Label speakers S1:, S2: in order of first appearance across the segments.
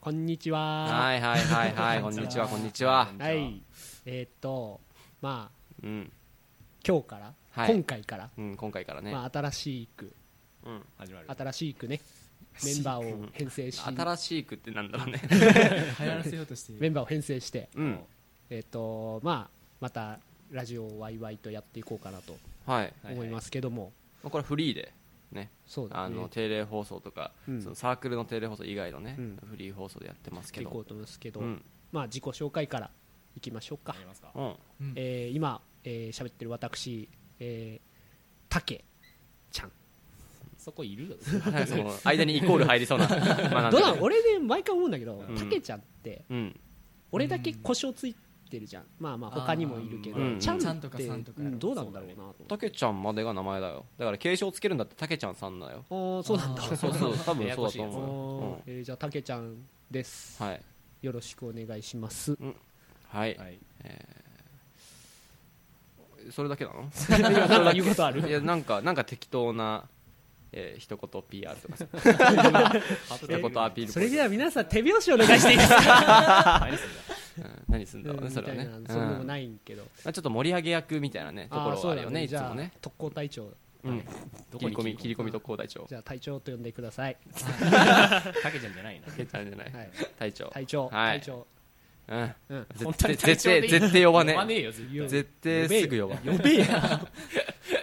S1: こんにちは。
S2: はいはいはい はい、こんにちは、こんにちは。
S1: はい。えーっと、まあ、
S2: うん、
S1: 今日から、
S2: はい
S1: 今回から、
S2: うん、今回からね。
S1: まあ、新しく、
S2: うん、
S3: 始まる
S1: 新しくね、メンバーを編成し、
S2: 新しいくってなんだろうね。
S4: 流行らせようとしてい
S1: メ
S4: る
S1: ンバーを編成して、
S2: うん、
S1: えーっと、まあ、また、ラジオをワイワイとやっていこうかなと
S2: はい、
S3: はい
S1: 思いますけども、
S2: まあこれフリーで。ね、
S1: そうだ
S2: あ
S1: ね
S2: の。定例放送とか、
S1: うん
S2: そのサークルの定例放送以外のね、
S1: うん
S2: フリー放送でやってま
S1: し
S2: す
S1: て
S2: け
S1: いこ
S2: ど
S1: う、と思いますけど、
S2: うん
S1: まあ、自己紹介からいきましょうか
S3: や。ります か
S2: うん、
S1: えー今、えー喋ってる私、えー、たけちゃん。
S3: そこいる
S2: なんかその間にイコール入りそ うなまあなん
S1: どう
S2: だけ
S1: なの俺ね、毎回思うんだけど
S2: う、ん
S1: たけちゃんって、
S2: うん
S1: 俺だけ故障ついてるじゃん。まあまあ、他にもいるけど
S2: あーうん、
S1: ちゃん
S4: ちゃん
S1: っ
S4: とか
S1: て、
S4: さんとか
S1: うんどうなんだろうなと思って。
S2: たけちゃんまでが名前だよだから継承つけるんだってたけちゃんさんだよ
S1: あーそうなんだ。
S4: あ
S2: そうそう多分
S3: やや
S2: そう
S3: こ
S2: だ
S3: しい
S2: と
S3: やつ
S2: 思うよ
S1: あーえーじゃあ、たけちゃんです
S2: う。んはい
S1: よろしくお願いし ます。
S2: はい、
S3: はい
S2: それだけなの
S1: 今なんか言うことある
S2: いやなんかなんか適当な、えー、一言 PR とかさ 一言アピール
S1: それで
S2: は
S1: は皆さん、手拍子お願いしていいですか
S3: 何すんだ
S2: 何すん だろうね
S1: み
S2: それ
S1: た
S2: はいね
S1: な、そんなのも
S2: うんま
S1: ないんけど。
S2: あちょっと盛り上げ役みたいなねとこ
S1: あー
S2: ろ
S1: そ
S2: はあ
S1: うだ
S2: るよ
S1: よ
S2: ね
S1: ね。
S2: いつ
S1: じゃ
S2: も
S1: あ
S2: ね、
S1: 特攻隊長。
S2: うん切
S3: どこ
S2: り
S3: に
S2: 込み切り込み特攻隊長
S1: じゃあ、隊長と呼んでください。
S3: たけちゃんじゃないな
S2: けちゃんじゃない
S1: はい
S2: 隊長
S1: 隊長、
S2: は
S1: 隊
S2: い
S1: 長。
S2: うん
S1: うん
S2: 絶対絶対絶対呼ばね
S3: えよ絶
S2: え
S3: 対
S2: 絶対すぐ呼ばね
S1: 呼べや。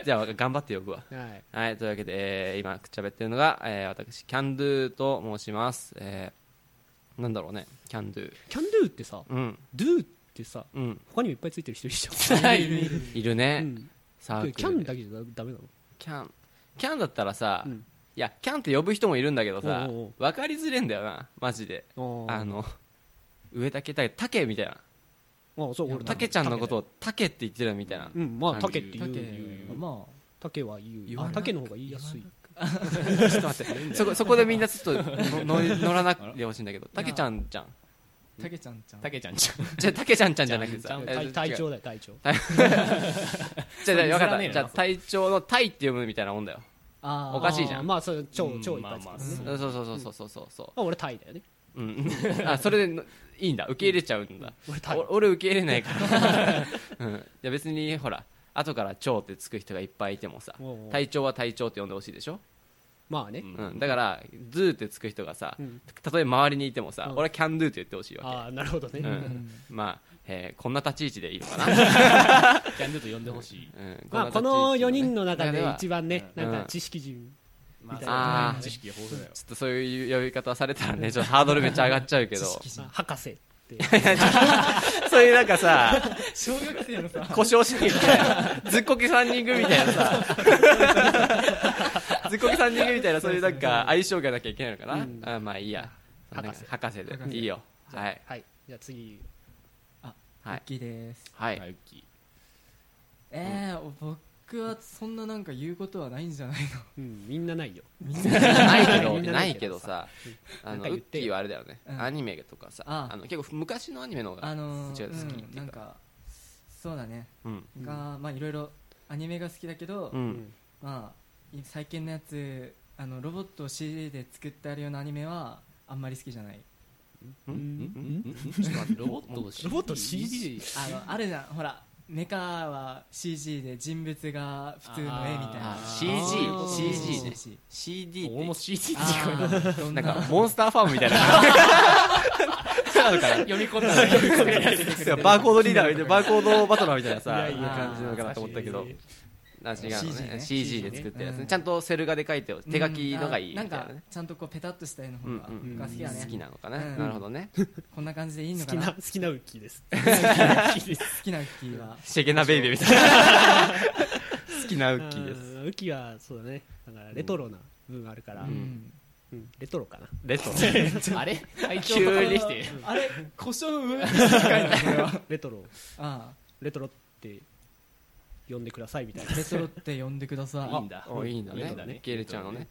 S2: えじゃあ頑張って呼ぶわ
S1: はい。
S2: はい、というわけで、えー今、くっちゃべってるのが、えー私、キャンドゥと申します。えーなんだろうね、キャンドゥ。
S1: キャンドゥってさ、
S2: うん、
S1: ドゥってさ、
S2: うん、
S1: 他にもいっぱいついてる人いるじゃん。
S2: いるね、
S1: うん
S2: サークルで
S1: キャンだけじゃダメなの
S2: キャン。キャンだったらさ、
S1: うん
S2: いや、キャンって呼ぶ人もいるんだけどさ
S1: おうおうおう、
S2: わかりづれんだよな、マジで。あの、上だけ、たけ、たけみたいな。
S1: あそう俺
S2: たけちゃんのことをたけって言ってるみたいな。
S1: うんまあ
S2: タ
S1: タ
S2: ケ
S1: ケ
S2: っ
S1: ってて
S2: 言
S1: 言
S2: う
S1: う
S4: ま
S1: タケは言う
S2: 言わな
S1: あ
S2: く
S1: タケの方が言いやすい
S2: ちょっと待って、そこ、そこでみんなちょ っとのの乗らなくてほしいんだけど、たけちゃんじゃん。
S4: あたけちゃんちゃん
S3: たけちゃんじゃん
S2: じゃあ、たけちゃんちゃんじゃなくてさ、え
S1: 隊
S2: ー
S1: 隊
S2: 違う
S1: 長だよ隊長
S2: じゃあ、じゃあ分かった。
S3: 譲らねえな
S2: じゃあ、隊長の隊って読むみたいなもんだよ。
S4: あ
S2: おかしいじゃん
S1: あーまあそう超超
S3: う
S1: い
S3: ん
S1: っぱいついて
S3: まあまあ
S1: る
S3: そ
S2: そうそうそうそうそうそうそ
S1: あ俺タイだよね
S2: う。うん。 あ、それでの、いいんだ。受け入れちゃうんだ。
S1: 俺タイ
S2: お俺受け入れないから。 うん。いや、別に、ほら、後から長ってつく人がいっぱいいてもさ、
S1: おうおう
S2: 隊長は隊長って呼んでほしいでしょ
S1: まあね
S3: うん
S2: うん。だから、ズーってつく人がさ
S1: う、ん
S2: たとえ周りにいてもさ
S1: う、ん
S2: 俺はキャンドゥって言ってほしいわ
S1: ああなるほど
S2: け。う
S1: ね
S2: ん。まあ、えーこんな立ち位置でいいのかな。
S3: キャンドゥと呼んでほしい
S2: うん
S1: まあこ
S2: んな立ち位
S1: の
S2: 置
S1: 4人の中で
S2: は
S1: 一番ね
S2: う
S1: なんんか知識人
S3: ま
S2: あー
S3: あ知識豊富だよ
S2: ちょっとそういう呼び方されたらね、ちょっとハードルめっちゃ上がっちゃうけ ど。
S1: まあ博士って
S2: そういうなんかさ、
S4: 小学生のさ
S2: 故障しに行って、ずっこけ3人組みたいなさ、 ずっこけ3人組みたいな、そういうなんか相性がなきゃいけないのかな。
S1: うん
S2: あまあいいや。
S1: 博士
S2: 博士で
S4: 博。士
S2: いいよ。はい。
S1: はいじゃあ次
S2: はい
S4: ッキーです
S2: は。
S3: はいいウッキー
S4: ええ僕はそんななんか言うことはないんじゃないの
S1: うんみんなないよ
S4: みんな
S2: ない け
S1: み
S2: ど、
S1: んな
S2: ないけどさ、あ
S1: なん
S2: の、ウ
S1: か言っ
S2: ッ
S1: て
S2: キ
S1: よ
S2: ーはあれだよね。
S4: うん
S2: アニメとかさ、
S4: あ
S2: あの、結構昔のアニメの方
S4: あ
S2: が、
S4: の
S2: 違う好きっていう
S4: ー
S2: か
S4: うんなんかそうだね
S2: うん。
S1: うん
S4: がまあいろいろアニメが好きだけど
S2: うん。
S4: まあい最近のやつあのロボットを CD で作ってあるようなアニメはあんまり好きじゃない
S2: うんうん
S3: ちょっと待ってロボットを CD
S1: ロボットを CD
S4: あのあるじゃんほらメカは CG で人物が普通の絵みたいな
S2: あー
S1: CG
S4: あー
S2: CG ね
S4: CG
S2: CD って
S3: 俺も CD って聞こ
S4: あーどん
S2: なん
S4: な
S2: か、モンスターファームみたいな。
S3: え読み込んだら読み込んだら
S2: バーコードリーダーみたいな、バーコードバトラーみたいなさ、
S1: いやいや
S2: 感じなのかなと思ったけど。あ違うの
S4: CG
S2: ね
S4: ね
S2: CG で作ってるやつ
S4: う
S2: ね
S4: ん
S2: ちゃんとセル画で書いて手書きのがいいみ
S4: な
S2: たい
S4: ん
S2: な
S4: か
S2: ね
S4: ちゃんとこうペタッとした絵の方
S2: うん
S4: が
S2: うん
S4: が好きだ
S2: 好き
S4: ね
S2: なのかな
S4: うん
S2: なるほどね
S4: こんな感じでいいの
S1: 好
S4: か
S1: き
S4: な
S1: な好
S4: 好
S1: きなウッキー です
S4: きなウッキーは
S2: シェゲナベイビーみたいな好きなウ
S1: ウ
S2: ッキーです
S1: ウッキーはそうだねだからレトロな部分があるから、
S2: う
S4: うんん
S1: うんレトロかな
S2: レッド
S3: あれ隊長と
S2: 急
S3: か
S2: に
S3: に
S2: 来
S3: してて
S4: あれ故障上 これは
S1: レトロ
S4: あ
S1: レトロって呼んでくださいみたいな
S4: ーレトロって呼んでください
S3: いいんだ
S2: おいいんだね
S3: いいんだね
S2: 受け入れちゃうのね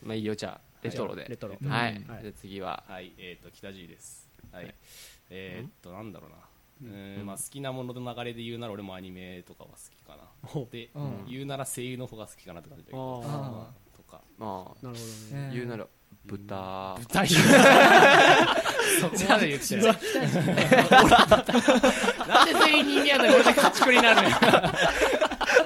S2: まあいいよじゃあレトロで
S1: レトロ
S2: は
S4: う
S2: い
S4: ん
S2: じゃ
S1: はい
S2: あ次は
S3: はい、えっ、と、北 G です。はい。えーっと、なんだろうな。うーんまあ、好きなものの流れで言うなら俺もアニメとかは好きか
S1: ほ
S3: な
S1: う
S3: で
S4: うん
S3: 言うなら声優の方が好きかなって感じだけど
S1: あー
S3: まあとか
S2: まあ
S1: なるほどね
S4: ね
S2: 言うなら豚
S3: 大
S1: そこ
S3: そこ
S1: ま
S3: ま
S1: で
S3: で
S1: 言
S3: 言
S1: っ
S3: ってて
S1: な
S3: ないい
S1: なんで全員人間やったらこれで勝ちくりになるのよ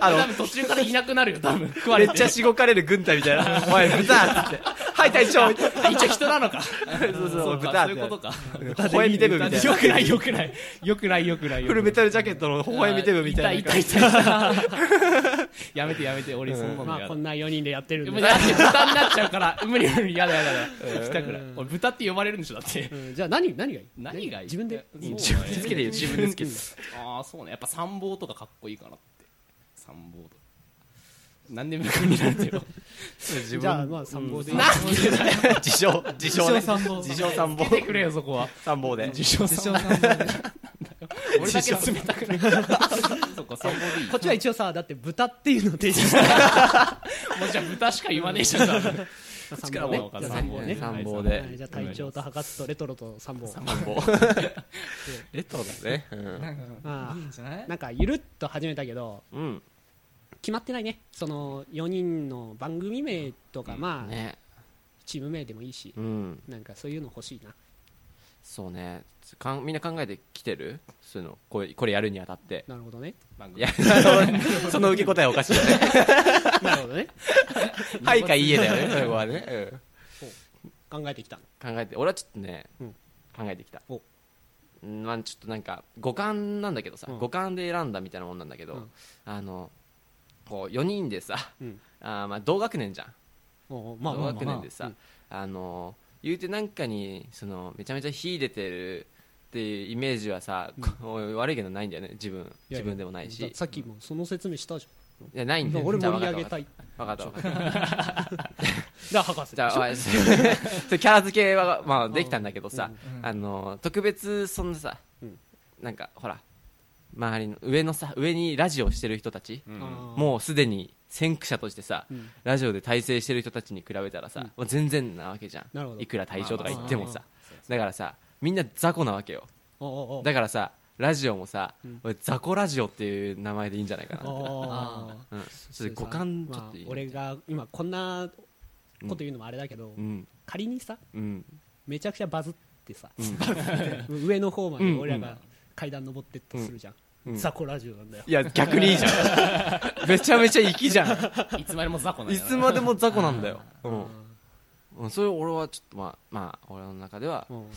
S2: あの
S1: 多分途中からいなくなるよ多分食わ
S2: め
S1: れ
S2: ってちゃしごかれる軍隊みたいな「おい豚!」っつって「はい隊 長!」
S1: 一応人なのか
S2: そうそう
S3: そう
S2: 豚
S3: か
S2: っ
S3: そう
S2: て
S3: いうことか
S2: 微笑みデブみたいな
S1: よくないよくないよくないよくない
S2: フルメタルジャケットの微笑みデブみたいな
S1: 痛い痛い痛い
S3: やめてやめて俺そんなの
S1: まあ
S3: や
S1: こ
S3: だ
S1: んな4人でやってるんでだって豚になっちゃう から無理無理やだやだやだ
S3: 聞きたくない俺豚って呼ばれるんでしょだって
S1: うんじゃあ何何がいい
S3: 何がいい
S1: 自分で
S3: いい
S2: 自分でつけていいよ自分でつけて
S3: ああそうねやっぱ参謀とかかっこいいかなって参謀とか何でもよく見られてよ
S2: 自
S1: じゃあ
S2: 分
S1: まあ参謀で
S2: 自称自称ね
S4: 自称参謀
S2: 自称参
S1: 出て
S2: 謀
S1: くれよそこは
S2: 参謀で
S3: 自称
S4: 自称さんも
S3: 俺だけは冷たくない そっか参謀でいい
S1: こっちは一応さだって豚っていうのを提示した
S3: もうじゃあ豚しか言わねえじゃん多分
S1: 参謀
S3: も
S1: ね
S3: わかん
S1: じ
S3: な
S1: ゃあ
S3: い
S1: 参謀ね
S2: 参謀
S1: は
S2: で
S1: いじゃあ隊長と博士とレトロと参謀
S2: 参謀レトロだね
S4: なんか
S1: まあ
S4: いいんじゃない
S1: なんかゆるっと始めたけど
S2: うんうん
S1: 決まってないねその4人の番組名とかまあ
S2: ね
S1: チーム名でもいいし
S2: うん
S1: なんかそういうの欲しいな
S2: そうねかんみんな考えてきてるそういうのこれこれやるにあた って
S1: なるほどね
S3: 番
S2: い
S3: 組
S2: やあのその受け答えはおかしい よね
S1: なるほどね
S2: はいかいいえだよねそこはねうん
S1: 考えてきた
S2: 考えて俺はちょっとね、
S1: うん
S2: 考えてきた
S1: お
S2: うんまあちょっとなんか五感なんだけどさ、
S1: うん
S2: 五感で選んだみたいなもんなんだけど、
S1: うん
S2: あのこう4人でさ、
S1: うん
S2: あーまあ同学年じゃん、
S1: おうまあ
S2: 同
S1: まあ
S2: 学
S1: ま
S2: 年
S1: あ
S2: でさ、あの言うてなんかにそのめちゃめちゃ秀でてるっていうイメージはさ、こう悪いけどないんだよね自分
S1: いや
S2: 自分でもないし
S1: ださっきもその説明したじ
S2: いやない
S1: ゃ
S2: ん
S1: ん
S2: だよ
S1: 俺
S2: じゃあ
S1: 盛り上げ
S2: わか
S1: た
S2: っ
S1: い
S2: たわかったわかった
S1: じゃあ博士
S2: じゃあ、おいそれキャラ付けは、まあ、できたんだけどさ、
S4: うん
S2: あの特別そんなさ、
S1: うん
S2: なんかほら周りの上のさ上にラジオしてる人たち、
S3: うん
S2: もうすでに先駆者としてさ、
S1: うん
S2: ラジオで体制してる人たちに比べたらさ、
S1: うん
S2: もう全然なわけじゃ
S1: なるほ
S2: ん
S1: ど
S2: いくら体調とか言ってもさ
S1: ま、
S2: だからさみんな雑魚なわけよ
S1: おうおうおう
S2: だからさラジオもさ、
S1: うん
S2: 俺雑魚ラジオっていう名前でいいんじゃないかな、うん
S1: ああ
S2: ちょっと五感ちょっといい、
S1: まあ俺が今こんなこと言うのもあれだけど、
S2: うん
S1: 仮にさ
S2: うん
S1: めちゃくちゃバズってさ、 上の方まで俺らが階段登ってっとするじゃん、
S2: うん
S1: ザコラジオなんだよ
S2: いや逆にいいじゃ んめちゃめちゃ粋じゃん
S3: いつまでも雑魚なん
S2: い
S3: だ
S2: つ
S3: な
S2: までも雑魚なんだよ、うんうん、それ俺はちょっとまあまあ俺の中では
S1: うん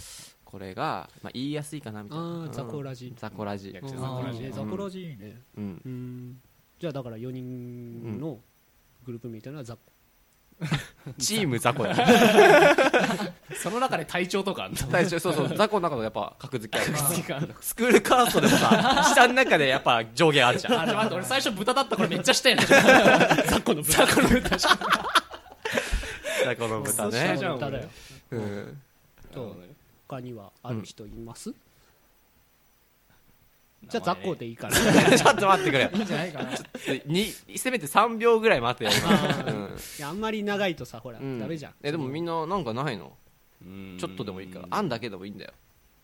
S2: これが、まあ、言いやすいかなみたいな
S1: あー
S2: うん
S1: 雑魚ラジ
S2: 雑魚ラジ
S3: うん
S1: ザ
S3: ザ
S1: コ
S3: コ
S1: ラ
S3: ラ
S1: ジ
S3: ジ
S1: ザコラジいいね
S2: うん
S1: うんじゃあだから4人のグループみたいなのはザコ
S2: チーム雑 魚だ
S3: その中で隊長とかあんの
S2: 最初そうそう雑魚の中のやっぱ格付けある
S3: 好きか
S2: スクールカーストでもさ下の中でやっぱ上下あるじゃん
S3: あ、ちょっと待って、俺最初豚だったこれめっちゃしたやん。
S1: ザコの豚ザコの豚
S2: 雑魚の豚
S3: そう
S2: ね
S3: じゃん
S1: だよ
S2: うん
S1: と他にはある人います、じゃあザコでいいから
S2: ちょっと待ってくれよ
S4: いいんじゃないかな
S2: にせめて3秒ぐらい待ってよ
S1: あ
S2: 今
S1: いやあんまり長いとさほら、
S2: うん
S1: ダメじゃん
S2: えでもみんななんかないの
S3: うん
S2: ちょっとでもいいから案だけでもいいんだよ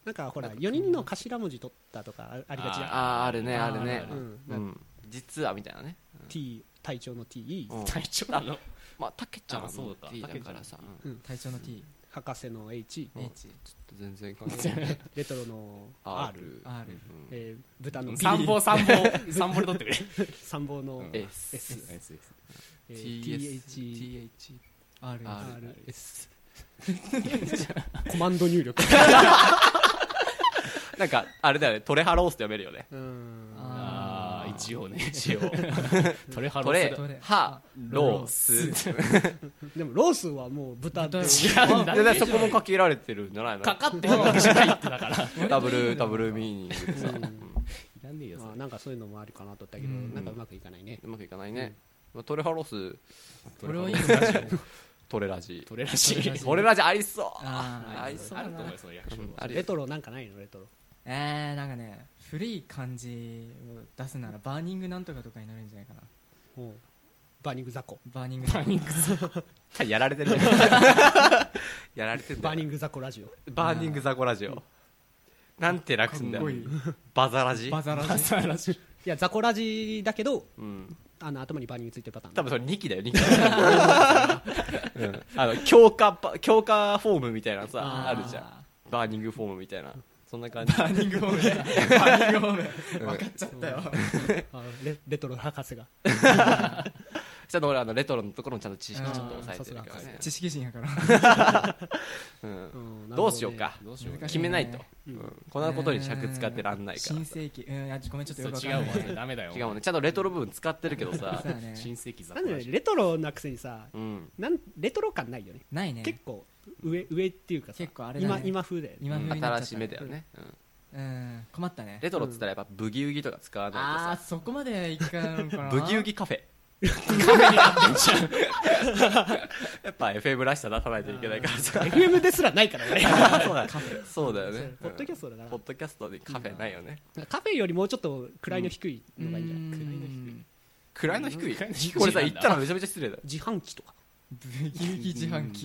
S1: なんかほら4人の頭文字取ったとかあありがちじゃん
S2: あああるねあ
S4: あ
S2: る
S4: ー
S2: ね
S1: う
S2: うんん、
S1: なん
S2: 実はみたいなね、
S1: T 隊長の T、
S2: うん
S3: 隊長 なの
S2: まあたけちゃん
S3: あそう
S2: の
S3: か
S2: T だ
S3: たけち
S2: か
S3: ゃん
S2: らさ、うん
S4: 体調の T
S1: 博士の H
S2: うん
S4: H
S2: ちょっと全然関係ない
S1: レトロの R,
S2: R、
S4: R
S2: うん
S1: えー豚の P
S3: 参謀参謀参謀で取ってくれ
S1: 参謀の
S3: ん
S2: S
S1: S えー TH
S2: TH
S4: R
S2: R
S1: RS コマンド入力
S2: なんかあれだよねトレハロースって読めるよね
S1: うん
S3: ああ一応ね一応トレハ
S2: ト
S3: ロス
S2: レ
S3: だ
S4: トレ
S2: ハロース
S1: でもロースはもう豚で
S4: 豚
S3: 違うんだ
S2: でだからそこもかけられてるんじゃないの
S3: かかってるわけじゃないってだからい
S2: ダブルダブルミーニングでさ、
S1: う
S2: うんん
S3: らねえよ
S1: まあなんかそういうのもあるかなと思ったけど
S4: うん
S1: なんかうまくいかないね
S2: うまくいかないね、まあ、トレハロース
S4: 俺はいいのかしら
S2: トレラジ
S3: トレらしい
S2: トレラジありそう
S4: あー
S2: ありそう
S3: あ
S2: だ
S3: る
S2: な
S3: と思うよその役職
S2: うんあるよ
S1: レトロなんかないのレトロ
S4: えー、なんかね古い感じを出すならバーニングなんとかとかになるんじゃないかな
S1: うんバーニングザコ
S4: バーニング
S3: バーニングさ
S2: やられてるやられてる
S1: バーニングザコラジオ
S2: バーニングザコラジオなんて楽すんだよ
S4: かっこいい
S2: バザラジ
S4: バザラジ
S3: らしい
S1: いやザコラジだけど
S2: うん
S1: あの頭にバーニングついてるパターン
S2: 多分それ2期だよ2期うんあの強化ば強化フォームみたいなのさあるじゃんバーニングフォームみたいなそんな感じ
S4: バーニングホームねバーニングホーム分かっちゃったよ
S1: あレレトロの博士が
S2: ちゃんと俺あのレトロのところのちゃんと知識ちょっと抑えてるか
S1: あ
S2: ら
S1: ー
S2: ね
S4: 知識人やから
S2: うん
S1: ん
S2: どうしようか
S3: どうしよう
S4: 難しいね
S2: 決めないと、
S1: う
S2: うんん、こんなことに尺使ってらんないから
S4: 新世紀うんあごめんちょっと
S3: そう
S4: よくわか
S3: 違う
S4: んな
S3: わ
S4: い
S3: ねダメだよ
S2: 違うもんねちゃんとレトロ部分使ってるけどさ
S4: そうだね
S3: 新世紀雑
S1: なんでねレトロなくせにさ
S2: うん
S1: なんレトロ感ないよね
S4: ないね
S1: 結構上上っていうかさ
S4: 結構あれだね
S1: 今今風だよね
S4: 今風になっちゃっ
S2: 新
S4: た
S2: しめだよね、うん、
S4: うん困ったね
S2: レトロっつったらやっぱブギウギとか使わな
S4: あ
S2: い
S4: ーそこまでいかんのかな
S2: とさブギウギカフェやっぱ FM らしさ出さないといけないからさ
S1: FM ですらないからね
S2: そうだ そうだよね
S1: ポッドキャス
S2: ト
S1: トだか
S2: ポッドキャストでカフェないよね
S1: らカフェよりもうちょっと位の低いのがいいんじゃない
S4: うん
S2: 位の低い
S3: 位の低い
S2: これさ言ったらめちゃめちゃ失礼だよ
S1: 自販機とか
S4: ブギウギ自販機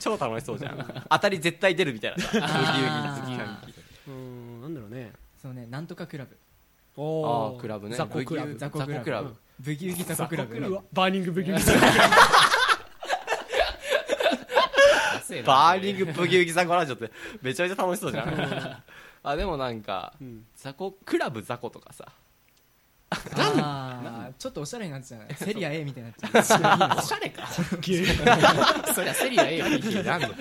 S2: 超楽しそうじゃん当たり絶対出るみたいなさブギウギ
S4: あー
S2: ブギウギ
S1: うんなんだろうね
S4: そうねなんとかクラブ
S2: あ
S1: お
S2: ークラブね
S1: ザコクラ
S2: ブギウギ
S1: ブ
S2: ザコクラブ
S4: ブギウギ雑魚クラ
S1: う
S4: ブ
S1: わバーニングブギウ ギ
S2: バーニングブギウギザコラジオってめちゃめちゃ楽しそうじゃん あでもなんか
S1: うん
S2: ザコクラブザコとかさ
S4: あーちょっとおしゃれになっ ちゃうねセリア A みたいになっちゃう
S3: おしゃ れか
S1: 牛
S3: そりゃセリア A よ
S2: なんのか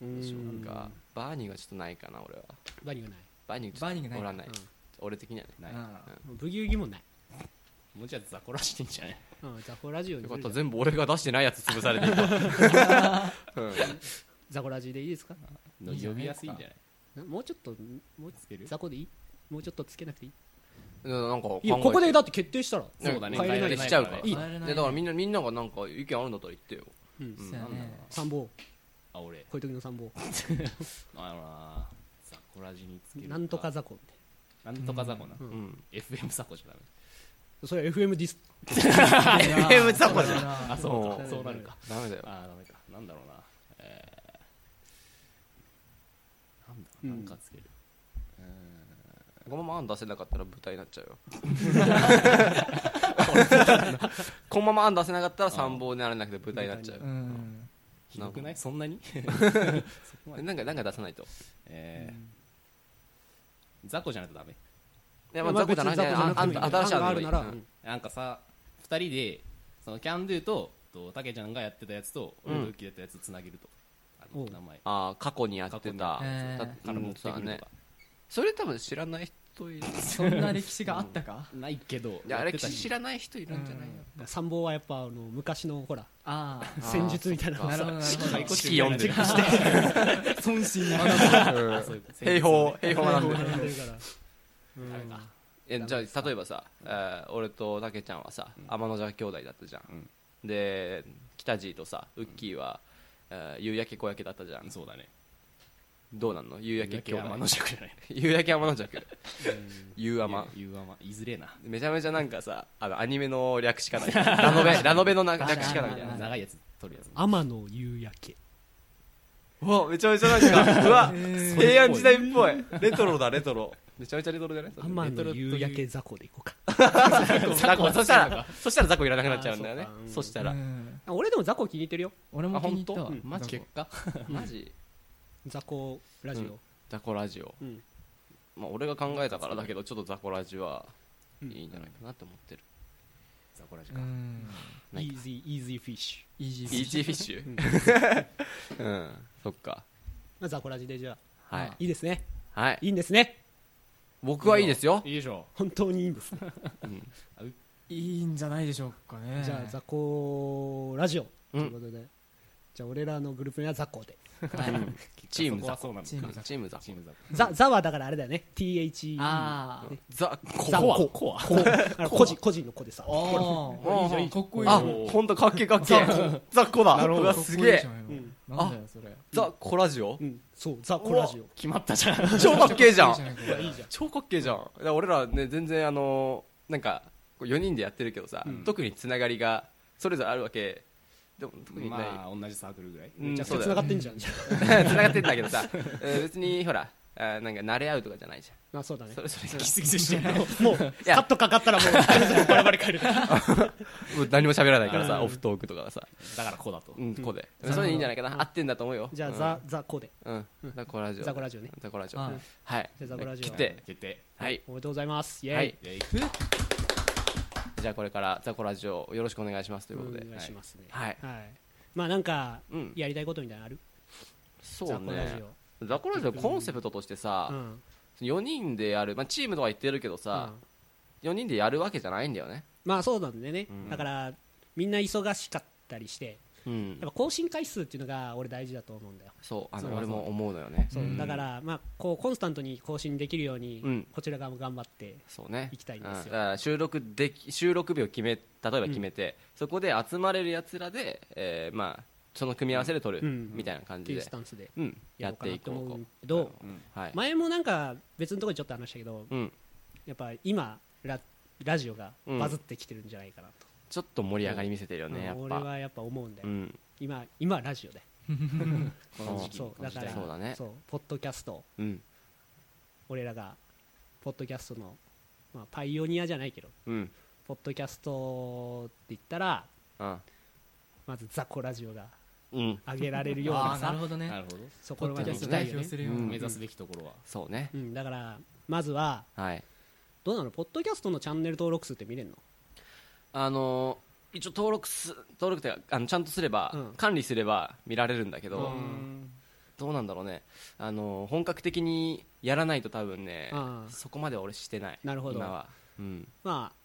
S1: うん
S2: なんかバーニングはちょっとないかな俺は
S1: バーニングない
S2: バーニング
S4: バーニングない
S2: おらない
S1: うん
S2: 俺的にはね
S3: ない
S4: あー
S1: ブギウギもない
S3: もうちょっと雑魚らしてんじゃね
S1: うんザコラジオ
S2: よ
S1: にす
S2: かっ
S1: る
S2: た全部俺が出してないやつ潰されてるう
S1: ザコラジでいいですか
S3: 呼
S4: いいじゃない
S3: びやすいんじゃない
S1: もうちょっともう
S3: つける
S1: ザコでいいもうちょっとつけなくていい
S2: んなんか考えて
S1: いやここでだって決定したら
S3: そうだね
S1: 変えれない
S2: でしちゃうから
S3: い
S1: い
S2: いやだからみんなみんながなんか意見あるんだったら言ってよ
S1: うん
S4: そうやね
S1: 参謀こ
S3: あ俺
S1: ういう時の参謀
S3: あのな雑魚ラジにつける
S1: なんとかザコみたい
S3: なんとか雑魚な
S1: うん
S2: うん
S3: FM 雑魚じゃダメ
S1: なそれ FM ディス
S4: いやー
S2: FM 雑魚じゃん
S4: そうだな
S3: あそう
S2: う
S3: か
S2: ん
S3: そうなるか
S2: ダメだよ
S3: あーダメかなんだろうなえーなんだろうなんかつける
S2: このまま案出せなかったら舞台になっちゃ うよこのまま案出せなかったら参謀になれなくて舞台になっちゃう
S4: うん
S3: ひどくないそんなに そこま
S2: え
S3: で
S2: なんかなんか出さないと
S3: えー雑魚じゃないとダメ
S2: いやまあ雑魚じゃないねああんた新しい
S1: あ
S2: 案
S1: る
S2: でも
S1: ない
S2: い
S1: らう
S2: うん
S1: ん
S3: なんかさ二人でそのキャンドゥととたけちゃんがやってたやつと
S2: うん
S3: 俺とウッキーやったやつつなげるとあの
S1: おう
S3: 名前
S2: ああ過去にやってた
S3: 過去
S4: にやって
S2: だ
S4: た
S3: から持ってく
S2: そうだ
S3: ると
S2: ね
S3: か
S2: それ多分知らない人いる
S4: そんな歴史があったか
S3: ないけど
S2: いやあ
S3: やっ
S2: れ
S3: てたし
S2: 知らない人いるんじゃないよ
S1: 参謀はやっぱあの昔のほら
S4: ああ
S2: あー
S1: 戦術みたいな
S2: そっか
S4: なるほどなるほど
S3: 解雇中
S2: 式読んでる
S4: 孫子に学
S3: そういう
S2: 兵法兵法なんで
S1: やってるからうん
S3: ダメか
S2: えじゃあ例えばさ、えー俺とたけちゃんはさ天の邪兄弟だったじゃん、で北地とさウッキーは、えー夕焼け小焼けだったじゃん
S3: そうだね
S2: どうなんの夕焼け兄弟
S3: 山の尺じゃない
S2: 夕焼け天の 邪夕天
S3: ゆうあまいずれな
S2: めちゃめちゃなんかさあのアニメの略し方みたいなラノベラノベのな略し方みたいな
S3: 長いやつ取るやつ
S1: 天の夕焼け
S2: うわめちゃめちゃなん かうわ
S4: ー
S2: 平安時代っぽいレトロだレトロめちゃめちゃレトロじゃないそれ
S1: 天の夕焼け雑魚でいこうか
S2: 雑魚そしたらそしたら雑魚いらなくなっちゃうんだよね
S1: あそうかうん
S2: そした
S4: ぶ
S2: ら
S4: うん
S1: あ俺でも雑魚気に入ってるよ
S4: 俺も気に入った
S2: あ
S4: わ
S2: 本
S1: マ
S2: マジ結果 マジ
S1: 雑魚ラジオ
S2: 雑魚ラジオ
S1: うん
S2: まあ俺が考えたからだけどちょっと雑魚ラジオはいいんじゃないかなって思ってる
S3: ザコラジ
S4: う
S3: か
S4: ん
S2: ないか
S1: Easy Easy Fish
S4: イージ
S2: イ
S4: ー
S2: ージーフィッシュ うんそっか
S1: まあ雑魚ラジでじゃあ
S2: はい
S1: いいですね
S2: はい
S1: いいんですね
S2: 僕はいいですよ
S3: いいでしょ
S1: 本当にいいんです ね
S4: いいんじゃないでしょうかね
S1: じゃあ雑魚ラジオと
S2: うん
S1: いうことでじゃあ俺らのグループには雑魚で
S2: うんチーム
S3: そこは
S2: 雑
S3: そうなの
S4: チーム
S2: 魚チーム雑
S3: チームザコ
S1: ザザはだからあれだよね TH
S4: あ
S2: 魚雑
S1: ザ
S2: コア
S1: ココ ア個人個人の子でさ
S4: あお
S2: あいいじゃんいい
S4: ーかっこいい
S2: あ
S4: よ
S2: 本当かっけえかっけえ雑魚だうわすげえ
S4: かっこいいじゃんよ
S2: あ
S4: なんだよそれ
S2: ザコラジ オ
S1: うんそうザコラジオ
S3: 決まったじゃん
S2: 超かっけえじゃ
S4: いい
S2: ん
S4: じゃないこ
S1: いや
S4: れ
S1: いいじゃん
S2: 超かっけえじゃんだから俺らね全然あのーなんか4人でやってるけどさ、特につながりがそれぞれあるわけでも特にない、
S3: まあ同じサークルぐらい
S2: うん
S1: じゃあ
S2: そうだ
S1: 繋
S2: よ
S1: がってんじゃんじゃあ
S2: つながってんだけどさ、えー別にほらあーなんか慣れ合うとかじゃないじ
S1: まあそうだ
S2: ゃん
S1: ね
S2: それそれ
S3: ギスギスしてるの
S1: も うカ
S2: や
S1: ットかかったらもうバラバラ帰る
S2: もう何も喋らないから
S1: う
S2: さ
S1: ん
S2: オフトークとかはさ
S3: だからこうだと
S2: うんここでそれでいいんじゃないかな合ってんだと思うよ
S1: じゃあ、
S2: うん
S1: ザ・ザ・コで
S2: うんザコラジオ
S1: ザコラジオね
S2: ザコラジオ
S4: あ
S2: はい
S1: じゃあザコラジオ
S2: 来て
S3: 決定
S2: はい
S1: おめでとうございますイェイ、
S2: はい
S3: えい
S2: じゃあこれからザコラジオよろしくお願いしますということで
S1: お願いしますね
S2: はい
S1: まあなんか
S2: うん
S1: やりたいことみたいなのある、
S2: そう
S1: ザ・コラジ
S2: ね
S1: オ
S2: ザコラジオコンセプトとしてさ
S1: うん
S2: 4人でやる、まあ、チームとは言ってるけどさ、
S1: うん
S2: 4人でやるわけじゃないんだよね、
S1: まあそうなんでね、
S2: うん
S1: だからみんな忙しかったりして
S2: うん
S1: やっぱ更新回数っていうのが俺大事だと思うんだよ
S2: そうあ
S1: そうそ
S2: の
S1: う
S2: 俺も思うのよね
S1: そう
S3: うん
S1: だからまあこうコンスタントに更新できるように、
S2: うん
S1: こちら側も頑張って
S2: そうね
S1: 行きたいんですよ
S2: うんだから収録でき収録日を決め例えば決めて、そこで集まれるやつらで、えーまあ、その組み合わせで撮る、
S1: うん
S2: みたいな
S1: っ
S2: 感
S1: て
S2: じ
S1: いう
S2: で
S1: ス、タンスで
S2: うん
S1: や
S2: や
S1: ろ
S2: っ
S1: うか
S2: て
S1: ないと
S2: こ
S1: 思うん
S2: う
S1: だけど
S3: うん
S2: はい、
S1: 前もなんか別のところでちょっと話したけど
S2: うん、
S1: やっぱ今ララジオが
S2: うん
S1: バズってきてるんじゃないかなと、
S2: ちょっと盛り上がり見せてるよね、やっぱ
S1: 俺はやっぱ思うんだ
S2: う
S1: よ、
S2: ん
S1: 今今はラジオで
S3: この時期
S1: そうだから
S2: そうだね
S1: そうポッドキャスト
S2: うん
S1: 俺らがポッドキャストの、まあ、パイオニアじゃないけど
S2: うん
S1: ポッドキャストって言ったら
S2: うん
S1: まずザコラジオが
S2: うん
S1: 上げられるよう
S4: あ
S1: な
S4: あな
S1: さ
S4: るほど
S3: な
S4: ね
S3: るほど
S1: そ
S4: ポ
S1: こ
S4: ッ
S1: ま
S4: ドキ
S1: で行き
S4: ャスト
S1: たい
S4: 代
S1: よ
S4: 表
S1: ね
S4: す、るよう
S2: うん
S4: な
S3: 目指すべきところは
S2: そうね
S1: うん、だからまずは
S2: はい
S1: どうなのポッドキャストのチャンネル登録数って見れるの
S2: あのー一応登録す登録というかあのちゃんとすれば、
S1: うん
S2: 管理すれば見られるんだけど、
S1: ん
S2: どうなんだろうねあのー本格的にやらないと多分ね
S1: ああ
S2: そこまで俺してない
S1: なるほど
S2: 今は、うん、
S1: まあ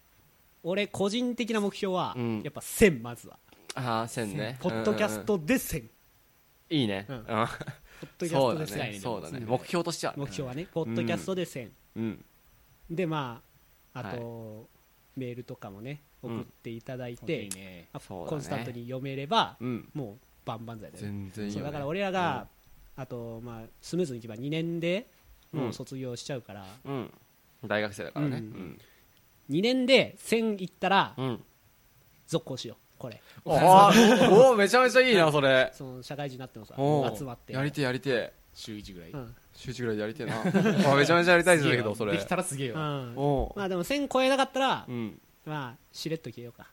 S1: 俺個人的な目標は、
S2: うん
S1: やっぱ1000まずは
S2: ああ線ね
S1: ポッドキャス
S2: うんうん
S1: トで1000
S2: うんいいね、
S1: うん
S2: うん
S1: ポッドキャス
S2: そう
S1: ト
S2: だ
S1: で
S2: ね
S1: 1000
S2: そうだね、
S1: うん
S2: 目標としては、
S1: 目標はねポッドキャストで1000
S2: うん、
S1: でまああとメールとかもね
S2: うん
S1: 送っていただい
S3: い
S1: て
S3: いね
S1: あ
S2: そうだね
S1: コンスタントに読めれば
S2: うん、
S1: もう万々歳だよね
S2: 全然いい
S1: そ
S2: よ、
S1: うだ
S2: ね、
S1: から俺らがあとまあスムーズにいけば2年でもう卒業しちゃうから
S2: うん大学生だからね
S1: う
S2: うんん、
S1: 2年で1000いったら
S2: うん
S1: 続行しようこれ
S2: おー おーめちゃめちゃいいなそれ
S1: その社会人になってもさ
S2: お ー
S1: 集まって
S2: やりてえやりてえ
S3: 週1ぐらい
S1: うん
S2: 週1ぐらいでやりてえ なあめちゃめちゃやりたいですけどそれ
S3: できたらすげえ
S1: う
S3: わ
S1: ん
S2: おお
S1: まあでも1000超えなかったら
S2: うん
S1: まあしれっと消えようか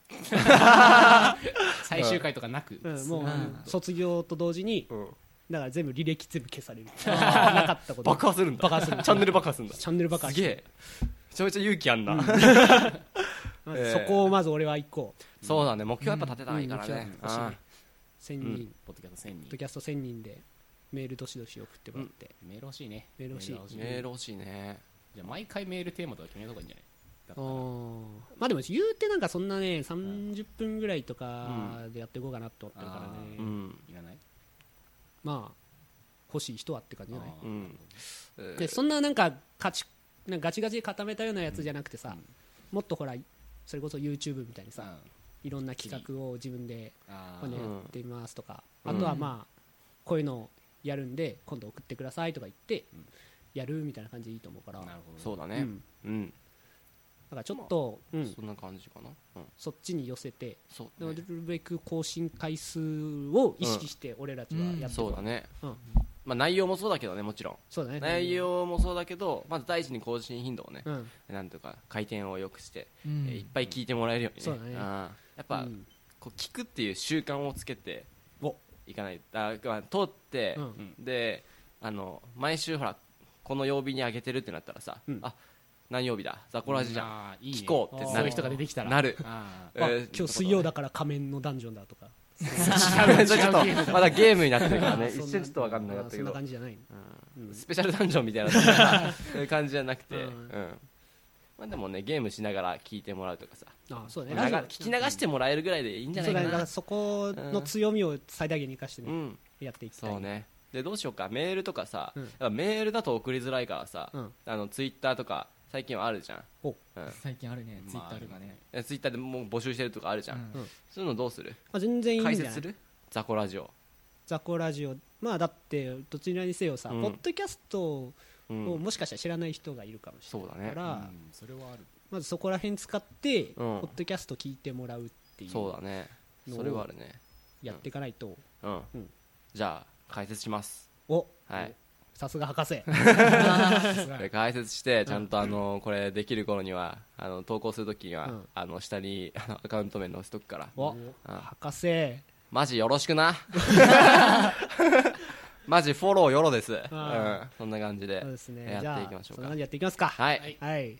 S3: 最終回とかなく
S1: うんもう
S4: うん
S1: 卒業と同時に
S2: うん
S1: だから全部履歴全部消される なかったこと
S2: 爆破するんだ
S1: 爆破する
S2: チャンネル爆破するんだ
S1: チャンネルばか
S2: す
S1: り
S2: げえめちゃめちゃ勇気あんな、
S1: ま
S2: え
S1: ず
S2: え
S1: そこをまず俺は行こう
S2: そうだね目標やっぱ立てた方がいいからね、
S1: うん目標は欲しいね1000人、
S2: うん
S3: ポッドキャスト1000
S1: ポッド
S3: 人
S1: キャスト1000人でメールどしどし送ってもらって、
S3: メール欲しいね
S1: メール欲しい
S2: うんメール欲しいね
S3: じゃあ毎回メールテーマとか決めた方がいいんじゃないだったら
S1: おーまあでも言うてなんかそんなね30分ぐらいとかでやっていこうかなと思ってるからね、
S2: う
S1: うん
S2: ん、
S3: いらない
S1: まあ欲しい人はって感じじゃない
S3: あー
S2: うんえー
S1: でそんななんかガチなんかガチガチで固めたようなやつじゃなくてさ、
S3: うん
S1: もっとほらそれこそ YouTube みたいにさ、
S3: うん
S1: いろんな企画を自分で
S3: あ
S1: こうね
S2: う
S1: や
S2: ん
S1: ってみますとか、
S2: うん
S1: あとはまあこういうのをやるんで今度送ってくださいとか言って
S3: うん
S1: やるみたいな感じでいいと思うから
S3: あな
S1: だ
S3: るほど
S2: そうだ
S1: う
S2: ね
S1: ん
S2: うん、
S1: からちょっと、うん
S2: そんな感じかな、うん、
S1: そっちに寄せて
S2: そう
S1: でな
S2: ね、
S1: るべく更新回数を意識して俺らとはやって
S2: そうだね、
S1: うん
S2: まあ、内容もそうだけどねもちろん
S1: そうだね
S2: 内容もそうだけどまず第一に更新頻度をね、
S1: うん
S2: なんとか回転を良くして、え
S4: う
S2: ーいっ
S4: ん
S2: ぱい聞いてもらえるようにね,
S1: そ
S2: あ
S1: う
S2: ー、
S1: だね
S2: やっぱ、
S1: うん
S2: こう聞くっていう習慣をつけて
S1: お
S2: いかないあまあ通って、
S1: うん
S2: であの毎週ほらこの曜日に上げてるってなったらさ、
S1: うん
S2: あ何曜日だザコラジじゃん
S3: あーいいね
S2: 聞こうって
S1: あー
S2: な
S3: そうい
S2: る
S3: う人が出てきたら
S2: なる
S3: あ
S1: あ
S2: えー
S1: 今日水曜だから仮面のダンジョンだと か
S2: 違う ちょっとまだゲームになってるからね一
S1: そん
S2: 瞬ちょっと分かんなかったけ
S1: そんな
S2: ど
S1: 感じじゃないの
S2: うんスペシャルダンジョンみたい なそういう感じじゃなくて、
S1: うん
S2: うんまあ、でもねゲームしながら聞いてもらうとかさ
S1: あそうだ
S2: 流
S1: ね
S2: 聞
S1: ラジ
S2: き流してもらえるぐらいでいいんじ
S1: オ
S2: ゃな
S1: そうだ
S2: いか
S1: ねだか
S2: な
S1: らそこの強みを最大限に生かして
S2: う
S1: ね
S2: ん
S1: やっていきたい
S2: そうねでどうしようかメールとかさ、
S1: うん
S2: やっぱメールだと送りづらいからさ、
S1: うん
S2: あのツイッターとか最近はあるじゃん、
S1: お
S2: うん
S4: 最近あるね
S3: まあ
S4: ツイッターとかね
S2: え、ツイッターでもう募集してるとかあるじゃん、
S4: うん
S2: そういうのどうする
S1: まあ、全然いいんじゃ
S2: 解
S1: ない
S2: 説するザコラジオ、
S1: ザコラジオまあだってどちらにせよさ、
S2: うん
S1: ポッドキャストを
S2: うん
S1: もしかしたら知らない人がいるかもし
S2: そうだ
S1: れな
S2: ね
S1: いから、
S3: ーうんそれはある
S1: まずそこら辺使って、ポッドキャスト聞いてもらうっていう
S2: そうだね
S1: のを
S2: それはあるね
S1: やっていかないと、
S2: うん、
S1: うん
S2: じゃあ解説します
S1: お
S2: はい
S1: さすが博 士さすが
S2: で解説してちゃんとあのこれできる頃にはあの投稿するときには、
S1: うん
S2: あの下にあのアカウント名載せとくから
S1: お博士
S2: マジよろしくなマジフォローよろです、うん
S1: あ、
S2: そんな感じで
S1: そうですね
S2: や
S1: じゃ
S2: ってい
S1: あ
S2: きましょ
S1: そ
S2: う
S1: な
S2: んか
S1: 感じでやっていきますか
S2: はい、
S1: はい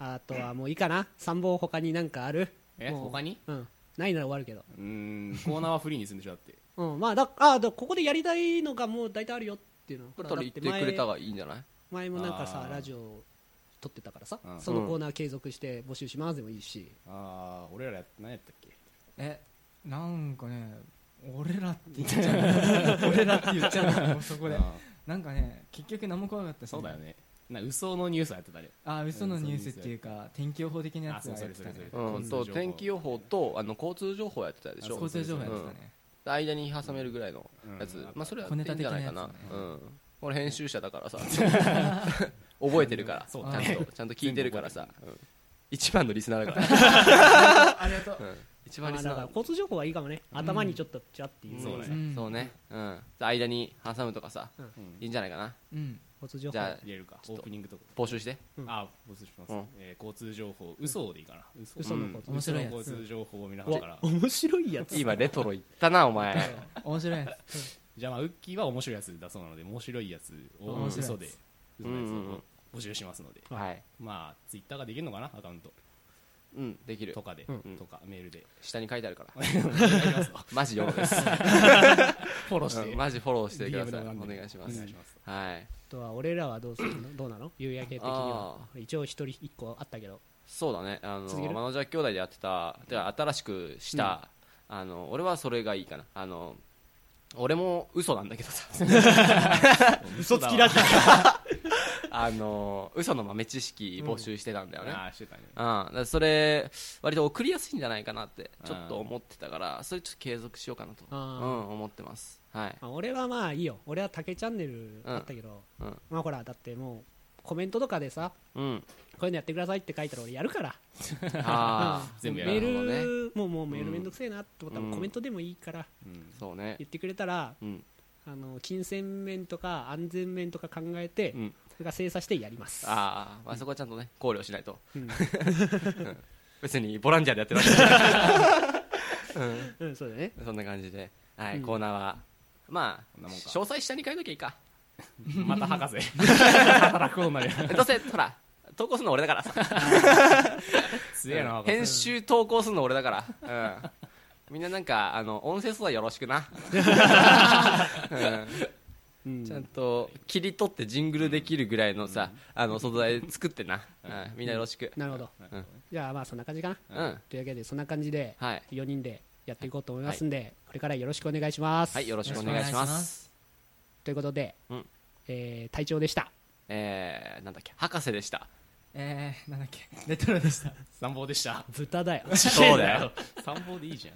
S1: あとはもういいかな3本他になんかある
S3: え
S1: もう
S3: 他に
S1: うんないなら終わるけど
S3: うーんコーナーはフリーにするんでしょだって
S1: うんまあだあだここでやりたいのがもう大体あるよっていうの
S2: これ
S1: ほら
S2: 取り入ってくれた方がいいんじゃない
S1: 前もなんかさ
S3: あー
S1: ラジオ撮ってたからさ、
S3: うん
S1: そのコーナー継続して募集しますでもいいし、
S3: ああ俺らやっ何やったっけ
S4: えなんかね俺らって言っちゃう俺らって言っちゃうもうそこで
S3: あ
S4: なんかね結局何も怖かった
S3: ー
S4: し、
S3: そうだよねな嘘のニュースはやってたね
S4: あ嘘のニュースっていうか天気予報的なやつは
S3: あそう
S4: やってたね
S3: それそれそれ
S2: うん、と
S3: 交通情報
S2: 天気予報とあの交通情報やってたでし
S3: れ
S2: ょ
S4: 交通情報やってたね、
S2: 間に挟めるぐらいのやつ、
S3: うん
S2: まあそれはやっていいんじゃないかな
S4: 小ネタ的
S2: う
S4: なや
S2: ん、俺編集者だからさ覚えてるからち
S3: そう
S2: ゃん
S4: ね
S2: とちゃんと聞いてるからさ、うん一番のリスナーだから、
S4: ありがとう
S2: うん一
S1: ま
S2: 番リ
S1: あ、
S2: ス
S1: だ
S2: ナ
S1: から
S2: ー
S1: 交通情報はいいかもね、頭にちょっとちらっていう、
S3: そうね
S4: うん
S2: そうね、うん、間に挟むとかさ、
S3: うん
S2: いいんじゃないかな
S4: うん
S1: 交通情報
S2: じゃあ
S3: 入れるか
S2: ち
S3: オ
S2: ょっ
S3: ー
S2: と
S3: プニングとか
S2: 募集して
S1: うん
S3: あー交通します
S2: うん
S3: えー交通情報嘘でいいかな嘘
S1: 嘘の
S3: の
S1: 交通
S4: 面白いやつ
S3: 交通情報を皆さん
S1: 情
S3: か
S1: 報
S3: ら、
S1: 面白いやつ
S2: 今レトロ言ったなお前
S4: 面白いやつ
S3: じゃあまあウッキーは面白いやつだそうなので面白いやつを
S4: 面白いやつ
S3: 嘘で嘘
S2: う
S3: の
S2: んうんうん
S3: やつを募集しますので
S2: はい
S3: まあツイッターができるのかなアカウント
S2: うんできる
S3: とかでとかメールで
S2: 下に書いてあるから
S3: お願いします
S2: マジよろです
S3: フォローして
S2: うんマジフォローしてくだ
S3: DM で
S2: さい
S3: も何で
S2: お
S3: も
S2: 願いします
S3: お願いします
S2: はい
S1: あとは俺らはどうするのどうなの夕焼け的には
S2: あ
S1: 一応一人一個あったけど
S2: そうだねあの
S1: 続ける
S2: マノジャ兄弟でやってたてか新しくした、あの俺はそれがいいかなあの俺も嘘なんだけどさ
S1: 嘘つきラジ
S2: あの嘘の豆知識募集してたんだよね、
S3: ああしてたね
S2: うん、だからそれ割と送りやすいんじゃないかなって
S3: うん
S2: ちょっと思ってたからそれちょっと継続しようかなと、
S1: オ、
S2: う
S1: あ
S2: ん、
S1: ー
S2: 思ってますはい
S1: まあ俺はまあいいよ俺は竹チャンネルだったけど、
S2: うん
S1: まあほらだってもうコメントとかでさ
S2: うん
S1: こういうのやってくださいって書いたら俺やるから
S2: ああ
S3: 全部
S1: メ
S3: やる
S2: なるほどね
S1: ールもうもうメールめんどくせえなと思ったら
S2: うん
S1: コメントでもいいから
S3: うん
S2: そうね
S1: 言ってくれたら
S2: うん
S1: あの金銭面とか安全面とか考えて、
S2: うん
S1: それが精査してやります
S2: あー、まあそこはちゃんとね考慮しないと
S1: うん、
S2: 別にボランティアでやってるわけじゃない
S1: うん、そうだね
S2: そんな感じではい、
S1: うん
S2: コーナーはま
S3: こん
S2: あ
S3: なもんか
S2: 詳細下に書いときゃいいか
S3: また 博士働くことになる
S2: どう せほら投稿するの俺だからさ
S3: すげえな博士
S2: 編集投稿するの俺だから、うん、みんななんかあの音声素材よろしくな、うん、ちゃんと切り取ってジングルできるぐらいのさ、あの素材作ってな、うん、みんなよろしく
S1: なるほど
S3: なるほどね
S1: じゃあまあそんな感じかな
S2: うんは
S1: というわけでそんな感じで
S2: い、
S1: 4人でやっていこうと思いますんで、これからよろしくお願いします、
S2: はい、よろしくお願いします
S4: お願いします
S1: ということで、
S2: うん
S1: えー隊長でした
S2: えー、なんだっけ博士でした
S4: えー、なんだっけレトロでした
S3: 参謀でした
S1: 豚だよ
S2: そうだよ
S3: 参謀でいいじゃん